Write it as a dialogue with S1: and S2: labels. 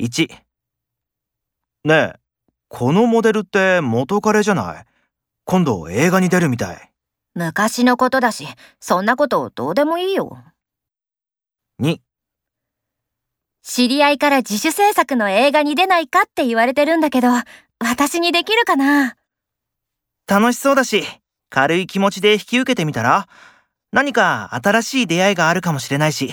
S1: 1ねえこのモデルって元彼じゃない今度映画に出るみたい
S2: 昔のことだし、そんなことどうでもいいよ。
S1: 2
S2: 知り合いから自主制作の映画に出ないかって言われてるんだけど、私にできるかな
S1: 楽しそうだし軽い気持ちで引き受けてみたら何か新しい出会いがあるかもしれないし